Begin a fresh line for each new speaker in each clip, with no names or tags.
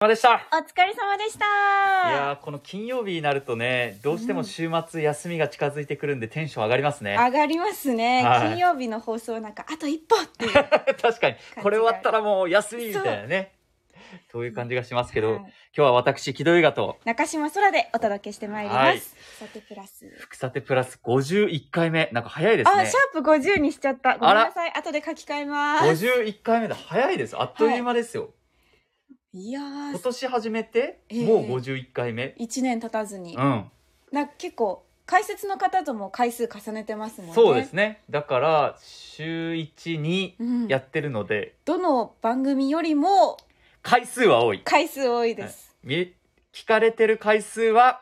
様でした
お疲れ様でした
いやーこの金曜日になるとねどうしても週末休みが近づいてくるんでテンション上がりますね、
上がりますね、
はい
金曜日の放送なんかあと一歩っていう
確かにこれ終わったらもう休みみたいなねそういう感じがし ますけど、
はい
今日は私木戸優雅と
中島空でお届けしてまいります、
はい
さてプラス
福さてプラス51回目なんか早いです
あ
ね
シャープ50にしちゃったごめんなさい後で書き換えます
51回目で早いですあっという間ですよ、
いや
今
ー
年始めて
ええ
もう51回目、
1年経たずに、
うん
なんか結構解説の方とも回数重ねてますもんね
そうですねだから週1に
うん
やってるので、
どの番組よりも
回数は多い
回数多いです、
み聞かれてる回数は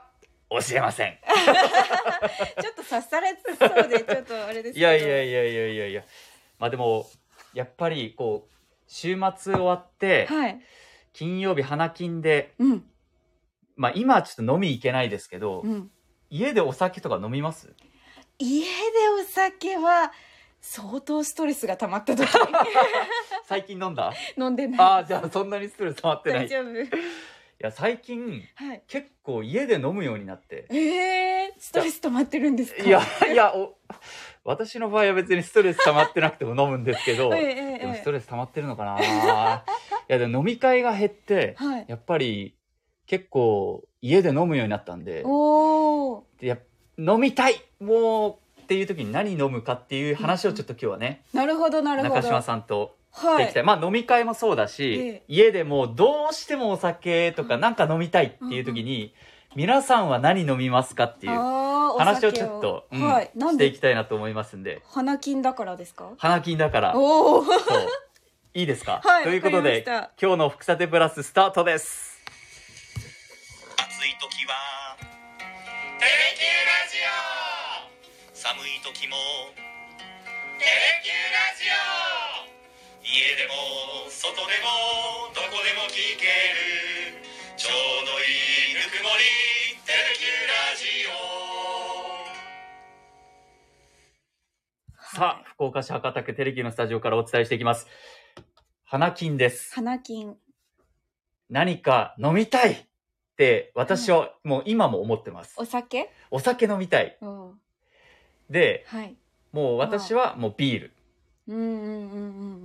教えません
ちょっと刺されそうでちょっとあれです
い
けど
やいやいやいやいやいやまあでもやっぱりこう週末終わって
はい
金曜日花金で
うん
まあ今はちょっと飲み行けないですけど、
うん
家でお酒とか飲み ます
家でお酒は相当ストレスが溜まった時
最近 飲ん だ
飲んでない
ああじゃあそんなにストレス溜まってない
大
いや
丈夫
最近
はい
結構家で飲むようになって
えー、ストレス溜まってるんですか
いやいやお私の場合は別にストレス溜まってなくても飲むんですけ ど
ええええ
でも
え
ス
え
トレス溜まってるのかないやでも飲み会が減って、
はい
やっぱり結構家で飲むようになったんで
おお
でや飲みたいもうっていう時に何飲むかっていう話をちょっと今日はね、
なるほどなるほど
中島さんと
は
できた
い
い、まあ飲み会もそうだし、
ええ
家でもうどうしてもお酒とか
うん
なんか飲みたいっていう時に、皆さんは何飲みますかっていう
あーお
話
酒
をちょっと、うん
はいな
し
ん
てい
で
きたいなと思いますんで
花金だからですか
花金だからそう
おお
いいですか、
はい
ということで
わかりました
今日の「福さてプラス」スタートです。
暑い時は「テレキューラジオ」寒い時も「テレキューラジオ」家でも外でもどこでも聞けるちょうどいいぬくもり「テレキューラジオ」
さあ、福岡市博多区テレビのスタジオからお伝えしていきます。花金です。
花金
何か飲みたいって私はもう今も思ってます
お。酒
お酒飲みたい。
おー
で、
はい
もう私はもうビール。
うんうんうんうん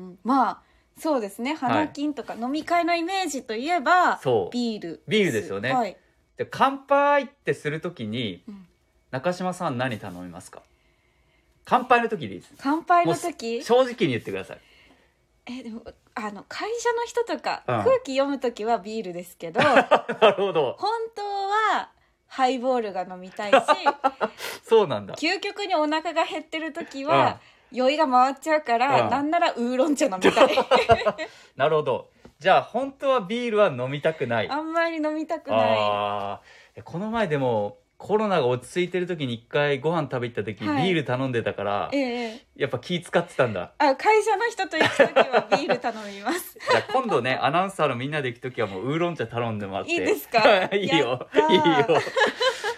うんまあそうですね花金とか飲み会のイメージといえば、
そう。
ビール
ビールですよね
はい
で乾杯ってするときに
うん、
中島さん何頼みますか乾杯の時でいいです。
乾杯の時
正直に言ってください。
えでもあの会社の人とか、
うん
空気読む時はビールですけ ど
なるほど。
本当はハイボールが飲みた いし
そうなんだ。
究極にお腹が減ってる時は、酔いが回っちゃうから、
うん
なんならウーロン茶飲みた い
なるほど。じゃあ本当はビールは飲みたくない。
あんまり飲みたくな
ああこの前でもコロナが落ち着いてる時に一回ご飯食べ行った時、
はい
ビール頼んでたから
いええええ
やっぱ気使ってたんだ
あ会社の人と行く時はビール頼みます
じゃあ今度 ねアナウンサーのみんなで行く時はもうウーロン茶頼んでもらって
いいですか
いい
やっ
よ
たー
いいよ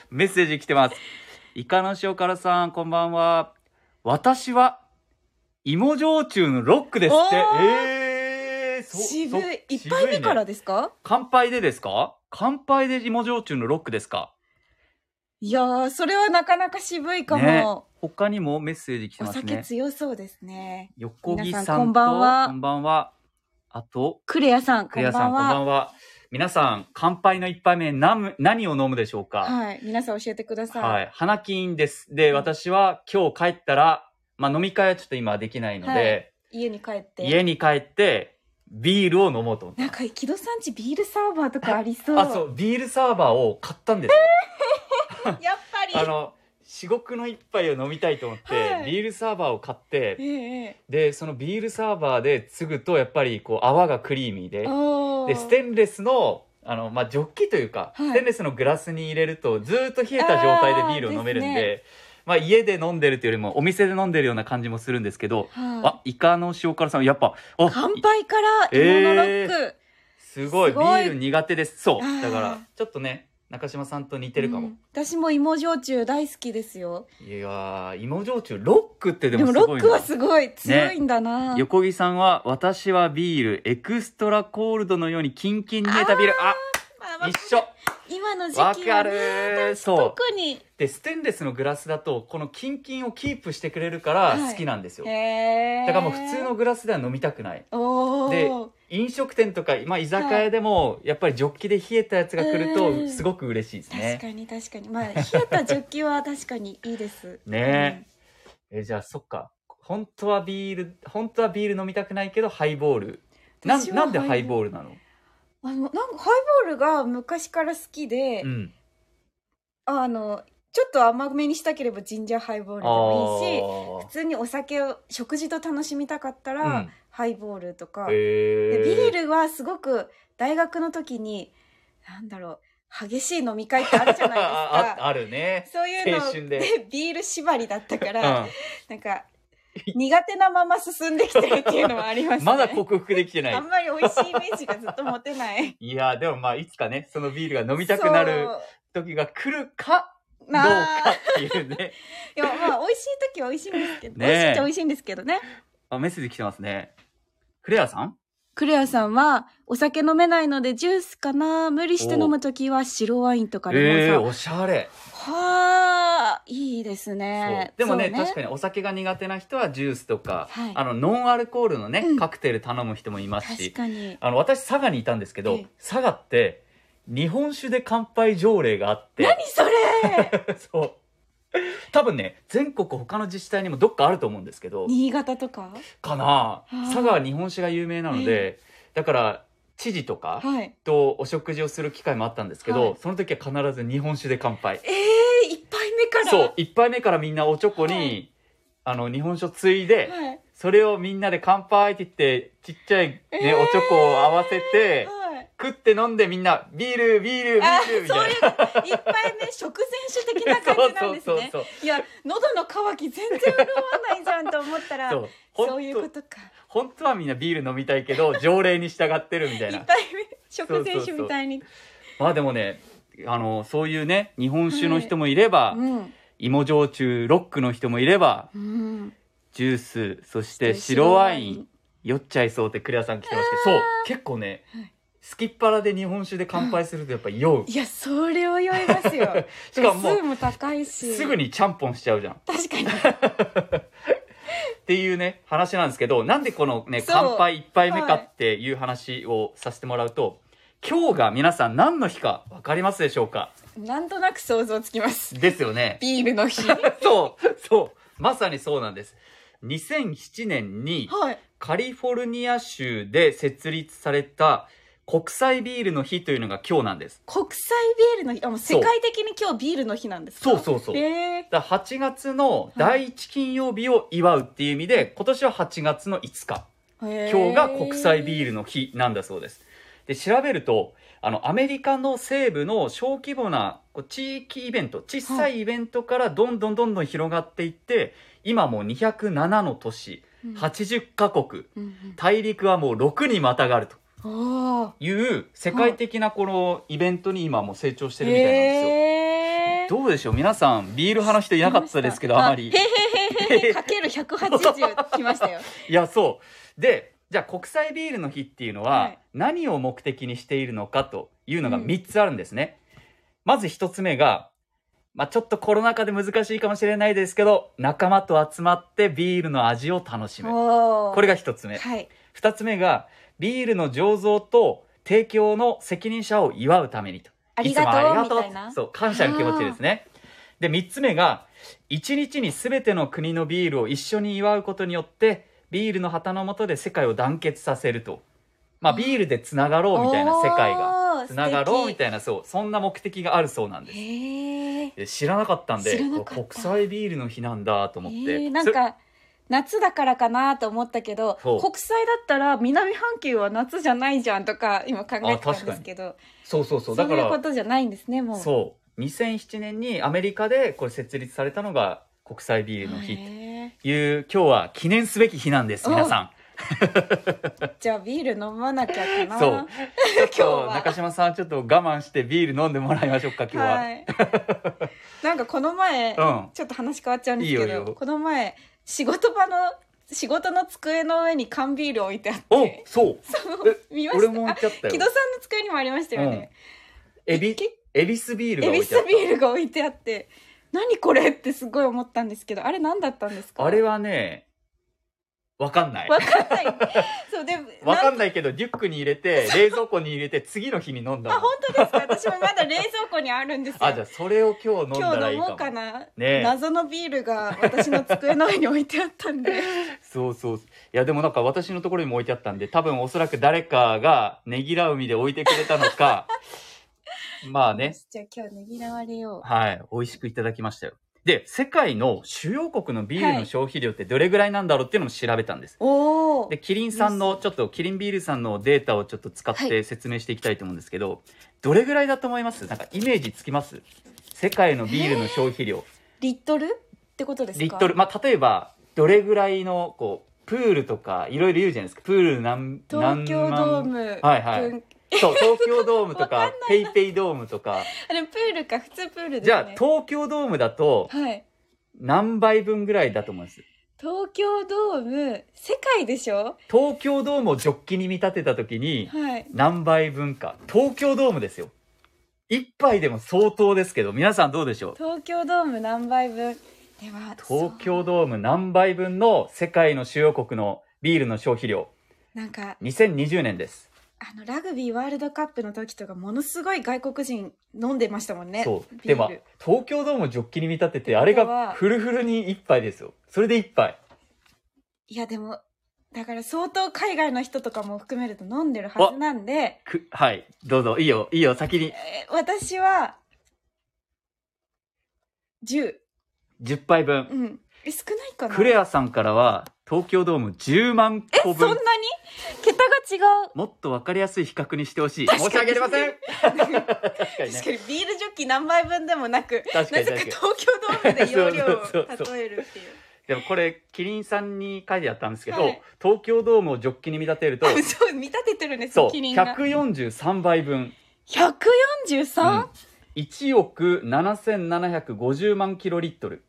メッセージ来てますイカの塩辛さんこんばんは私は芋焼酎のロックですって
おー
え ー、そ
渋
そ
い一杯目
渋いね
からですか
乾杯でですか乾杯で芋焼酎のロックですか
いやーそれはなかなか渋いかも、
ね他にもメッセージ来て
お
ます
酒
ね。
強そうですね
横木さんと
皆さんこんばんは
こんばんはあと、
クレアさん
ク
こん
レ
ば
アさん、
ん
こんば
は
んは。皆さん、乾杯の一杯目、なむ何を飲むでしょうか
はい皆さん教えてください、
はい。花金です。で、
うん
私は今日帰ったら、まあ飲み会はちょっと今はできないので、
家に帰って
家に帰って、ビールを飲もうと思って
なん
ます。
か木戸さんちビールサーバーとかありそう
あ、そう、ビールサーバーを買ったんですよ。
やっぱり
あの、至極の一杯を飲みたいと思って、
はい
ビールサーバーを買って、
ええ
でそのビールサーバーで継ぐとやっぱりこう泡がクリーミー
え
で
えおー
でステンレスのあの、まあ、ジョッキというか、
はい
ステンレスのグラスに入れるとずーっと冷えた状態でビールを飲めるんで
あーです
まあ、家で飲んでるというよりもお店で飲んでるような感じもするんですけど、
は
あイカの塩辛さんやっぱあ
い乾杯から芋のロック、
すごい
すごい
ビール苦手ですそう
あー
だからちょっとね中島さんと似てるか
う
も
ん、私も芋焼酎大好きですよ
いやー芋焼酎ロックってで
で
も
も
す
ロ
ご
ッ
い
ク
な
はすごい強いんだな、
横木さんは「私はビールエクストラコールドのようにキンキンに冷えたビール」あ
まあまあ
一緒
今の時
わ
期は
かる
ね
ーそう
特に
でステンレスのグラスだとこのキンキンをキープしてくれるか
は
ら
い
好きなんですよ、
へー
だからもう普通のグラスでは飲みたくない
お
で
ー
飲食店とか、まあ、居酒屋でもやっぱりジョッキで冷えたやつが来る
うん
とすごく嬉しいです
確
ね
かに確かにまあ冷えたジョッキは確かにいいです
ねええじゃあそっか本当はビール本当はビール飲みたくないけどハイボールな
私
ん
は
なんでハイボールなの、
あのなんかハイボールが昔から好きで、
うん、
あのちょっと甘めにしたければジンジャーハイボールでもいいし普通にお酒を食事と楽しみたかったら、
うん
ハイボールとか、
あーへ
で
え
ビールはすごく大学の時になんだろう激しい飲み会ってあるじゃない で
あああるね
すかそういう
青
の
春で
ビール縛りだったか
う
ら、
ん
なんか苦手なまま進んできてるっていうのはありますね
まだ克服できてな
あ
い
んまり美味しいイメージがずっと持てない
いやーでもまあいつかねそのビールが飲みたくなる時が来るか
そう
どうか
まあ
っていうね
いやまあ美味しい時は美味しいんですけど、
ねえ
美味しいっちゃ美味しいんですけどね
あメッセージ来てますねクレアさん
クレアさんはお酒飲めないのでジュースかな無理して飲む時は白ワインとかレ
ええ
モンサ
おしゃ
ワー
れ
はあいいです
そう
ね
でもね
そう
確かにお酒が苦手な人はジュースとか、
はい
あのノンアルコールのね、
うん
カクテル頼む人もいます
確
し
かに
あの私佐賀にいたんですけど、
ええ
佐賀って日本酒で乾杯条例があって
何それ
そう多分ね全国他の自治体にもどっかあると思うんですけど
新潟とか
かな
ー
佐賀は日本酒が有名なので、だから知事とか
はい
とお食事をする機会もあったんですけど、
はい
その時は必ず日本酒で乾杯
ええ一杯目から
そう1杯目からみんなおちょこに、
はい
あの日本酒をついで、
はい
それをみんなで乾杯って言ってちっちゃい、ね
えー
おちょこを合わせて
はい
食って飲んでみんなビールビールビ
あ
ールみ
そう
た
い
いうな。
一杯目食前酒的な感じなんで すね
そうそうそう
いや喉の渇き全然潤わないじゃんと思ったら
そ
そう
う本当
そういうことか
本当はみんなビール飲みたいけ ど条例に従ってるみたい
一
な
杯目食前酒みたいに
まあでもねあのそういうね日本酒の人もいれば、
うん
芋焼酎ロックの人もいれば
うん
ジュースそして白ワイン酔っちゃいそうってクレアさん来てますけどそう結構ね、
はい
すきっ腹で日本酒で乾杯するとやっぱ酔う、
いやそれを酔いますよ
しかももう
度数も高いし
すぐにちゃんぽんしちゃうじゃんっ
確かに
ていうね話なんですけどなんでこのね
そう
乾杯1杯目かっていう話をさせてもらうと、今日が皆さん何の日か分かりますでしょうか
なんとなく想像つき ます
ですよね
ビールの 日
そう そうまさにそうなんです2007年に
はい
カリフォルニア州で設立された国際ビールの日というのが今日なんです。
国際ビールの日あもう
そう
世界的に今日ビールの日なんですか
そうそうそう
え
だから8月の第1金曜日を祝うっていう意味で、今年は8月の5日、
ーへー
今日が国際ビールの日なんだそうです。で、調べると、あの、アメリカの西部の小規模なこう地域イベント、小さいイベントからどんどんどんどん広がっていって、今もう207の都市、
うん
80カ国、
うん
大陸はもう6にまたがると。
うんおー
いう世界的なこのイベントに今もう成長してるみたいなんですよ、
へー
どうでしょう皆さんビール派の人いなかったですけどあまり
へへへへへかける180き ましたよ
いやそうでじゃあ国際ビールの日っていうの
は
はい何を目的にしているのかというのが
うん
3つあるんですね、まず1つ目が、まあ、ちょっとコロナ禍で難しいかもしれないですけど仲間と集まってビールの味を楽しむ
お
これ
が
が1つ目
はい
2つ目がビールの醸造と提供の責任者を祝うためにと
あり
つも
がとうみたいな
そう感謝の気持ちですねで3つ目が1日に全ての国のビールを一緒に祝うことによってビールの旗の下で世界を団結させるとまあビールでつながろうみたいな
おー
世界がつながろ
素
う
敵
みたいなそうそんな目的があるそうなんです
へえ
で知らなかったんで
知らなかった
こう国際ビールの日なんだと思って、
えーな
それ
んか夏だからかなと思ったけど
そう
国際だったら南半球は夏じゃないじゃんとか今考えてたんですけど
そうそうそ
そう
だか
ういう
ら
ことじゃないんですねもう
そう2007年にアメリカでこれ設立されたのが国際ビールの日
へー
という今日は記念すべき日なんです皆さん
じゃあビール飲まなきゃかな。
そう。ち
今日
ょっと
は
中島さんちょっと我慢してビール飲んでもらいましょうか今日は。
はい。 なんかこの前、
うん
ちょっと話変わっちゃうんですけど、
いいよいいよ
この前仕事場の仕事の机の上に缶ビール置いてあっ
お
て、
そうえ
見ま
俺
し
も行
た。あ
っちゃった
木戸
よ
さんの机にもありましたよね。
エビエビスビールが
エ
置
ビ
い
ス
てあっ
ビールが置いてあって、何これってすごい思ったんですけど、あれ何だったんです
た
か。
あれはねわかんない
わか んない。そうで、
わか
なん
んないけどリュックに入れて冷蔵庫に入れて次の日に飲んだの
あ本当ですか。私もまだ冷蔵庫にあるんですよ。
あじゃあそれを今日飲んだ
今
ら
日
いい
飲
か
も
も
うかな、
ねえ
謎のビールが私の机の上に置いてあったんで
そうそういやでもなんか私のところにも置いてあったんで多分おそらく誰かがねぎらう身で置いてくれたの かまあね
じゃあ今日ねぎらわれよう
はい美味しくいただきましたよで世界の主要国のビールの消費量ってどれぐらいなんだろうっていうのも調べたんです、
おお
でキリンさんのちょっとキリンビールさんのデータをちょっと使っ
は
て説明していきたいと思うんですけど、どれぐらいだと思いますなんかイメージつきます世界のビールの消費量、
リットルってことですか
リットルまあ例えばどれぐらいのこうプールとかいろいろ言うじゃないですかプール何
東京
何万
ドーム
はいはい
分
そう東京ドームと
わかん
かペイペイドームとか
あでもプールか普通プールです、ね、
じゃあ東京ドームだと
はい
何倍分ぐらいだと思います
東京ドーム世界でしょ
東京ドームをジョッキに見立てた時に
はい
何倍分か東京ドームですよ一杯でも相当ですけど皆さんどうでしょう
東京ドーム何倍分では
東
そう
京ドーム何杯分の世界の主要国のビールの消費量
なんか
2020年です
あのラグビーワールドカップの時とかものすごい外国人飲んでましたもんね
そう
ビ
で
ー
も
ル
東京ドームをジョッキに見立ててあれがフルフルに一杯ですよそれで一杯
いやでもだから相当海外の人とかも含めると飲んでるはずなんで、
くはいどうぞいいよいいよ先に
えー私は10
10杯分
うんえ少ないかな
クレアさんからは東京ドーム10万
えそ
個
んな
分
に桁が違う
もっと分かりやすい比較にしてほしい
確
申
かに
し訳ありません 確かにね
確かにビールジョッキ何杯分でもなく
確か
な
に
ぜ
確
か
かに
東京ドームで容量
そうそうそ
を
う
例えるっていう
でもこれキリンさんに書いてあったんですけど、
はい
東京ドームをジョッキに見立て ると
あそう見立ててるんです
そう
よキリンが
143倍分、
143、
1億7750万キロリットル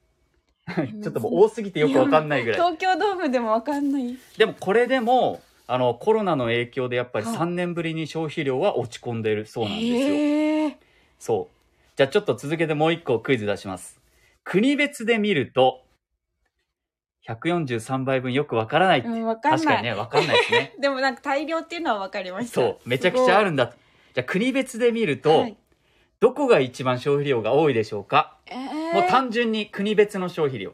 ちょっともう多すぎてよくわかんないぐらい
東京ドームでもわかんない
でもこれでもあのコロナの影響でやっぱり
はい
3年ぶりに消費量は落ち込んでるそうなんですよ、
へえ
そう。じゃあちょっと続けてもう一個クイズ出します。国別で見ると、143倍分よくわからないって。
うんわかん
確か
ない
にね、わかんないですね
。でもなんか大量っていうのは分かりました
そう。めちゃくちゃあるんだと。じゃあ国別で見ると、
はい
どこが一番消費量が多いでしょうか、
え
もう
ー、
単純に国別の消費量。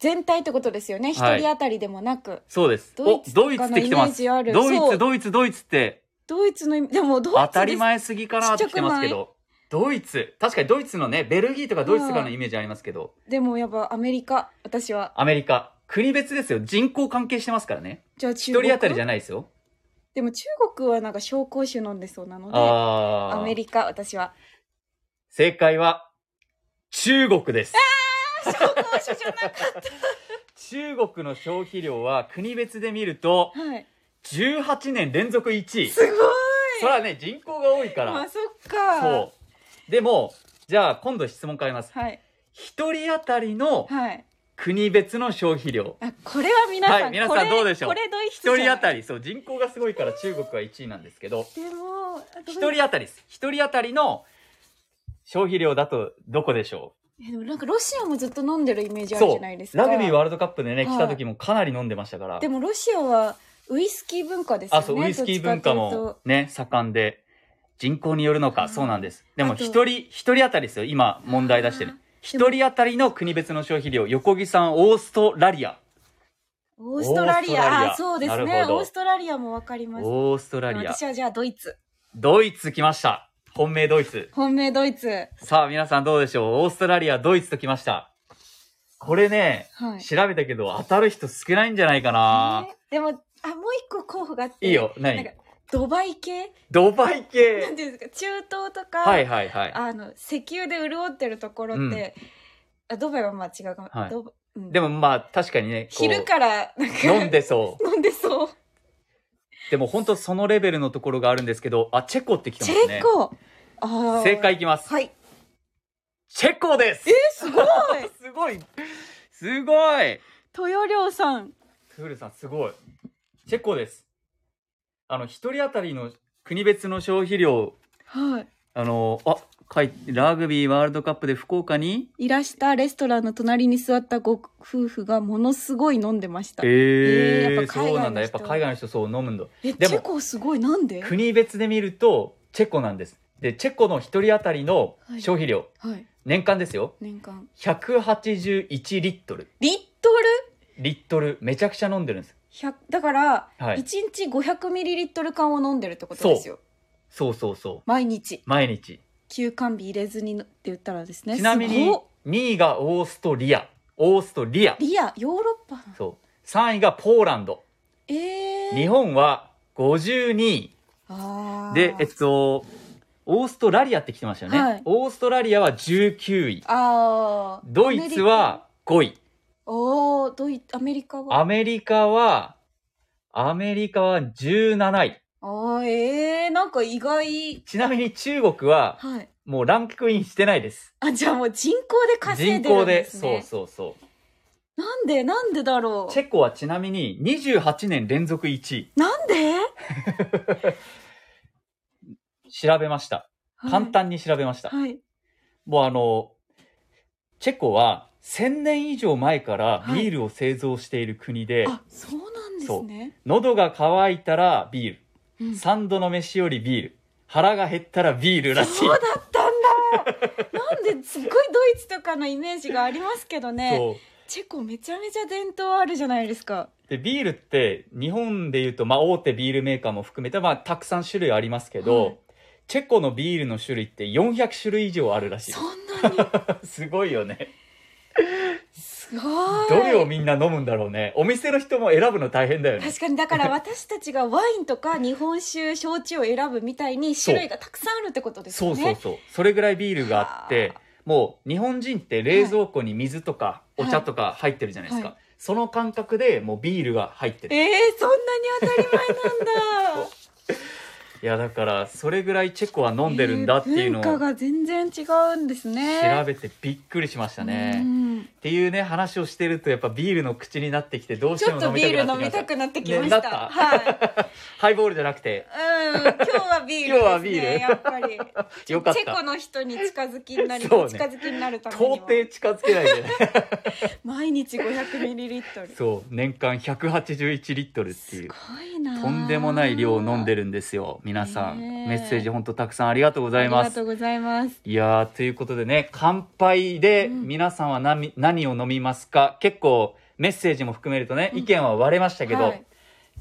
全体ってことですよね一
はい
人当たりでもなく、
そうです。
ドイ
お
ツと
ドイ
か
ツっ
の
て来
イメ
てま
ー
す。
ジある
ドイ
そう
ツ、ドイツ、ドイツって
ドイツのでもドイツです
当たり前すぎかなって来てますけど、ドイツ、確かにドイツのね、ベルギーとかドイツとかのイメージありますけど、
でもやっぱアメリカ私は
アメリカ、国別ですよ。人口関係してますからね。
じゃあ中
一
国
人当たりじゃないですよ。
でも中国はなんか紹興酒飲んでそうなので
あ
アメ
ー
リカ 私は
正解は、中国です。
紹興酒じゃなかっ
中国の消費量は国別で見ると、
たはい
18年連続1位。
すごい
それはね、人口が多いか
まあ
ら。
そっか
そう。でも、じゃあ今度質問変えます。
はい
一人当たりの
はい
国別の消費量。
あこれは皆さん、
はい皆さん
これ
どうでしょう
これドイツじゃ
一
ない
人当たり、そう、人口がすごいから中国は1位なんですけど、
でもあ
一人当たりです。一人当たりの消費量だとどこでしょう
えでもなんかロシアもずっと飲んでるイメージあるじ
そ
ゃ
う
ないですか
ラグビーワールドカップでね、
は
来
い
た時もかなり飲んでましたから。
でもロシアはウイスキー文化ですよね
あ、そう、ウイスキー文化
どっちか
もね、盛んで、人口によるの
は
か、
い
そうなんです。でも、
あと
一人、一人当たりですよ、今、問題出してる
あ。
一人当たりの国別の消費量、横木さん、オーストラリア。
というとオーストラリ
オーストラリア
アあそうです
なる
ね
ほど
オーストラリアもわかります
オーストラリア。
私はじゃあドイツ
ドイツ来ました。本命ドイツ。
本命ドイツ
さあ、皆さんどうでしょうオーストラリア、ドイツと来ました。これね、
はい
調べたけど、当たる人少ないんじゃないかな。
ねでもあもう一個候補があって
いいよ、
なん
何
かドバイ系
ドバイ系
なん。ていうんですか中東とか、
はいはいはい。
あの石油で潤ってるところって、あドバイはまあ違うかも、
はい
ドバうん
でもまあ確かにね、こう
昼からなんか
飲んでそ
飲んでそう
でも本当そのレベルのところがあるんですけど、あ、チェコって来て
チ
ます
ェ
ね。
コあー
正解いきます。
はい
チェコです
えす ごい
すごいすごい
豊亮さん
プールさんすごいチェコですあの一人当たりの国別の消費量
はい
あのあ書いラグビーワールドカップで福岡に
いらしたレストランの隣に座ったご夫婦がものすごい飲んでました。え、
え
えーやっぱ海外
そ
の人
うなんだやっぱ海外の人そう飲むんだ
チ
でも
ェコすごいなんで？はい。
国別で見るとチェコなんですでチェコの一人当たりの消費量、年間ですよ
年間
181リットル
リットル
リットルめちゃくちゃ飲んでるんです
百だから
はい
一日500ミリリットル缶を飲んでるってことですよ。
そうそうそう
毎日
毎日
休館日入れずにのって言ったらですね。
ちなみ
す
に
ごっ
2位がオーストリアオーストリア
リアヨーロッパの
そう3位がポーランド
ええー。
日本は52位
あー
でえっとオーストラリアって来てましたよね、
はい
オーストラリアは19位
ああ
ドイツは5位
おおドイアメリカは
アメリカはアメリカは17位
あーえー、なんか意外
ちなみに中国は
はい
もうランクインしてないです
あじゃあもう人口で稼
人
いでる
口
んで
です
ね。
そうそうそ
なんでなんでだろ
う
う
チェコはちなみに28年連続1位
なんで、
調べました簡単に調べました、
はい、はい
もうあの、チェコは1000年以上前からビールを製造している国で、
あそうなんですね
喉が渇いたらビール、
うんそう
三度の飯よりビール、腹が減ったらビールらしい。
だったんだなんですっごいドイツとかのイメージがありますけどね
そう
チェコめちゃめちゃ伝統あるじゃないですか
で、ビールって日本でいうと、まあ大手ビールメーカーも含めて、まあたくさん種類ありますけど、
はい
チェコのビールの種類って400種類以上あるらしい
そ。んなに
すごいよね。
すごい
どれをみんな飲むんだろうね。お店の人も選ぶの大変だよね。
確かにだから私たちがワインとか日本酒焼酎を選ぶみたいに種類がたくさんあるってことです
そ
よ
う
ね
そうそうそれぐらいビールがあってもう日本人って冷蔵庫に水とか
はい
お茶とか入ってるじゃないですか、
は
その感覚でもうビールが入ってる、
えー、そんなに当たり前なんだ
いやだからそれぐらいチェコは飲んでるんだっていうの
えー文化
を
が全然違うんですね
調べてびっくりしましたね、
う
っ
ん
ていうね話をしてるとやっぱビールの口になってきてどうし
ち
て
ょっ
も
と
飲み
ビール飲み
た
た
く
くなってき
き
ま
ま
し。
したたねなった
はい。
ハイボールじゃなくて
うん、今日はビ ールですね。
今日はビール
やっぱり。
よかっ
チェコ
た
の人に近づきになり、
そうね
近づきになるために
到
も
底近づけないで、ね、
毎日500ミリリットル。す
そう年間181リットルっていう
ごいな。
とんでもない量を飲んで
る。
るんですよ皆さん、
ねえ
メッセージ本当たくさんありがとうご
あ
ざい
り
ま
が
す
とうございます。
いやーということでね乾杯で
うん
皆さんは何,、何を飲みますか結構メッセージも含めるとね意見は割れましたけど、
はい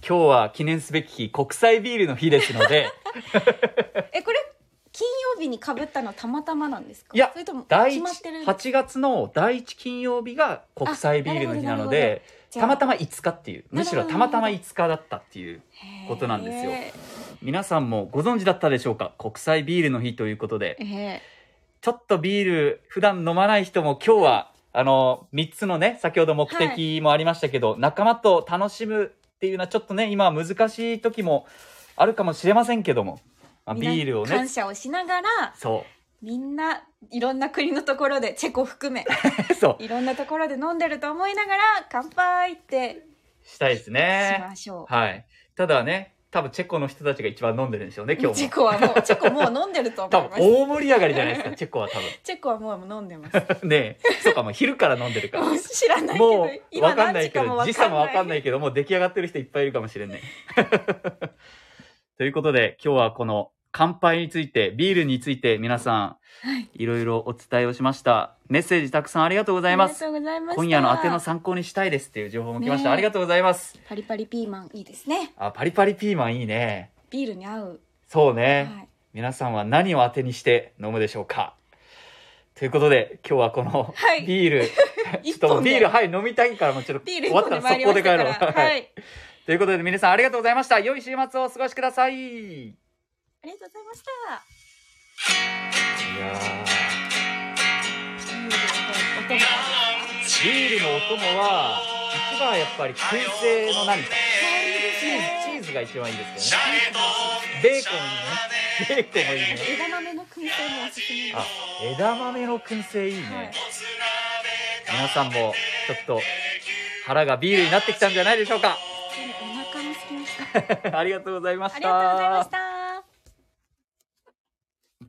今日は記念すべき日国際ビールの日ですの で
え、これ金曜日に被ったのたまたまなんですか。
いや
それとも
第
決
一
まってる。
8月の第1金曜日が国際ビールの日なので
じゃあ
たまたま5日っていうむしろたまたま5日だったっていうことなんですよ
へ
皆さんもご存知だったでしょうか国際ビールの日ということで
ーえ
ちょっとビール、普段飲まない人も今日は、あの、3つのね、先ほど目的もありましたけど、仲間と楽しむっていうのはちょっとね、今は難しい時もあるかもしれませんけども、まあ
ー
ビールを
感
ね、
謝をしながら、
そ
みんないろんな国のところでチェコ 含め。
う、そう、
いろんなところで飲んでると思いながら乾杯って
したいです
し
ね。
ましょう。
はい。ただね、多分チェコの人たちが一番飲んでるんでしょうね、今日
チェ
も。
コはもうチェコもう飲んでると思
多
い
分
ます。
大盛り上がりじゃないですか、チェコは多
チェコはもう飲ん でます。も
分。ねえ、そうか、もう昼から飲んで るから。
う知らない
も
けど
う、
今
わかん
何
ない
時
け
かも
ど、
わ
時差もわ
か
か
ん
ん
な。
ないいけど、もう出来上がってる人いっぱいいるかもしれない。 ということで、今日はこの乾杯について、ビールについて皆さ
はい
ん、いろいろお伝えをしました。メッセージたくさんありがとうございます。
ありがとうございました
今夜の宛の参考にしたいですっていう情報も来ました。
ねえ
ありがとうございます。
パリパリピーマンいいですね。
あ、パリパリピーマンいいね。
ビールに合う。
そうね。
はい。
皆さんは何を当てにして飲むでしょうかということで、今日はこの
はい
ビール、ちょっ
一
と
本で
ビール、はい、飲みたいからもうちょっと
ビー
終
ル一
わっ
本
た
で
ら
参
速
り
攻
ま
で帰
した
ろ
か
う。
ら。 はい。
ということで皆さんありがとうございました。良い週末をお過ごしください。い
ありがとうございました。
やビ
ビールの音が
ールのお供は、一番はやっぱり燻製の何か。
香りです
チーズチーズが一番いいです
シ
けどね
ャレと
ベーコンいいねベーコンいいね
枝豆の燻製もおすすめ
あ枝豆の燻製いいね、
はい
皆さんもちょっと腹がビールになってきたんじゃないでしょうか
お腹もすきました。
ありがとうございま
あ
し
りがとうございま
た
した。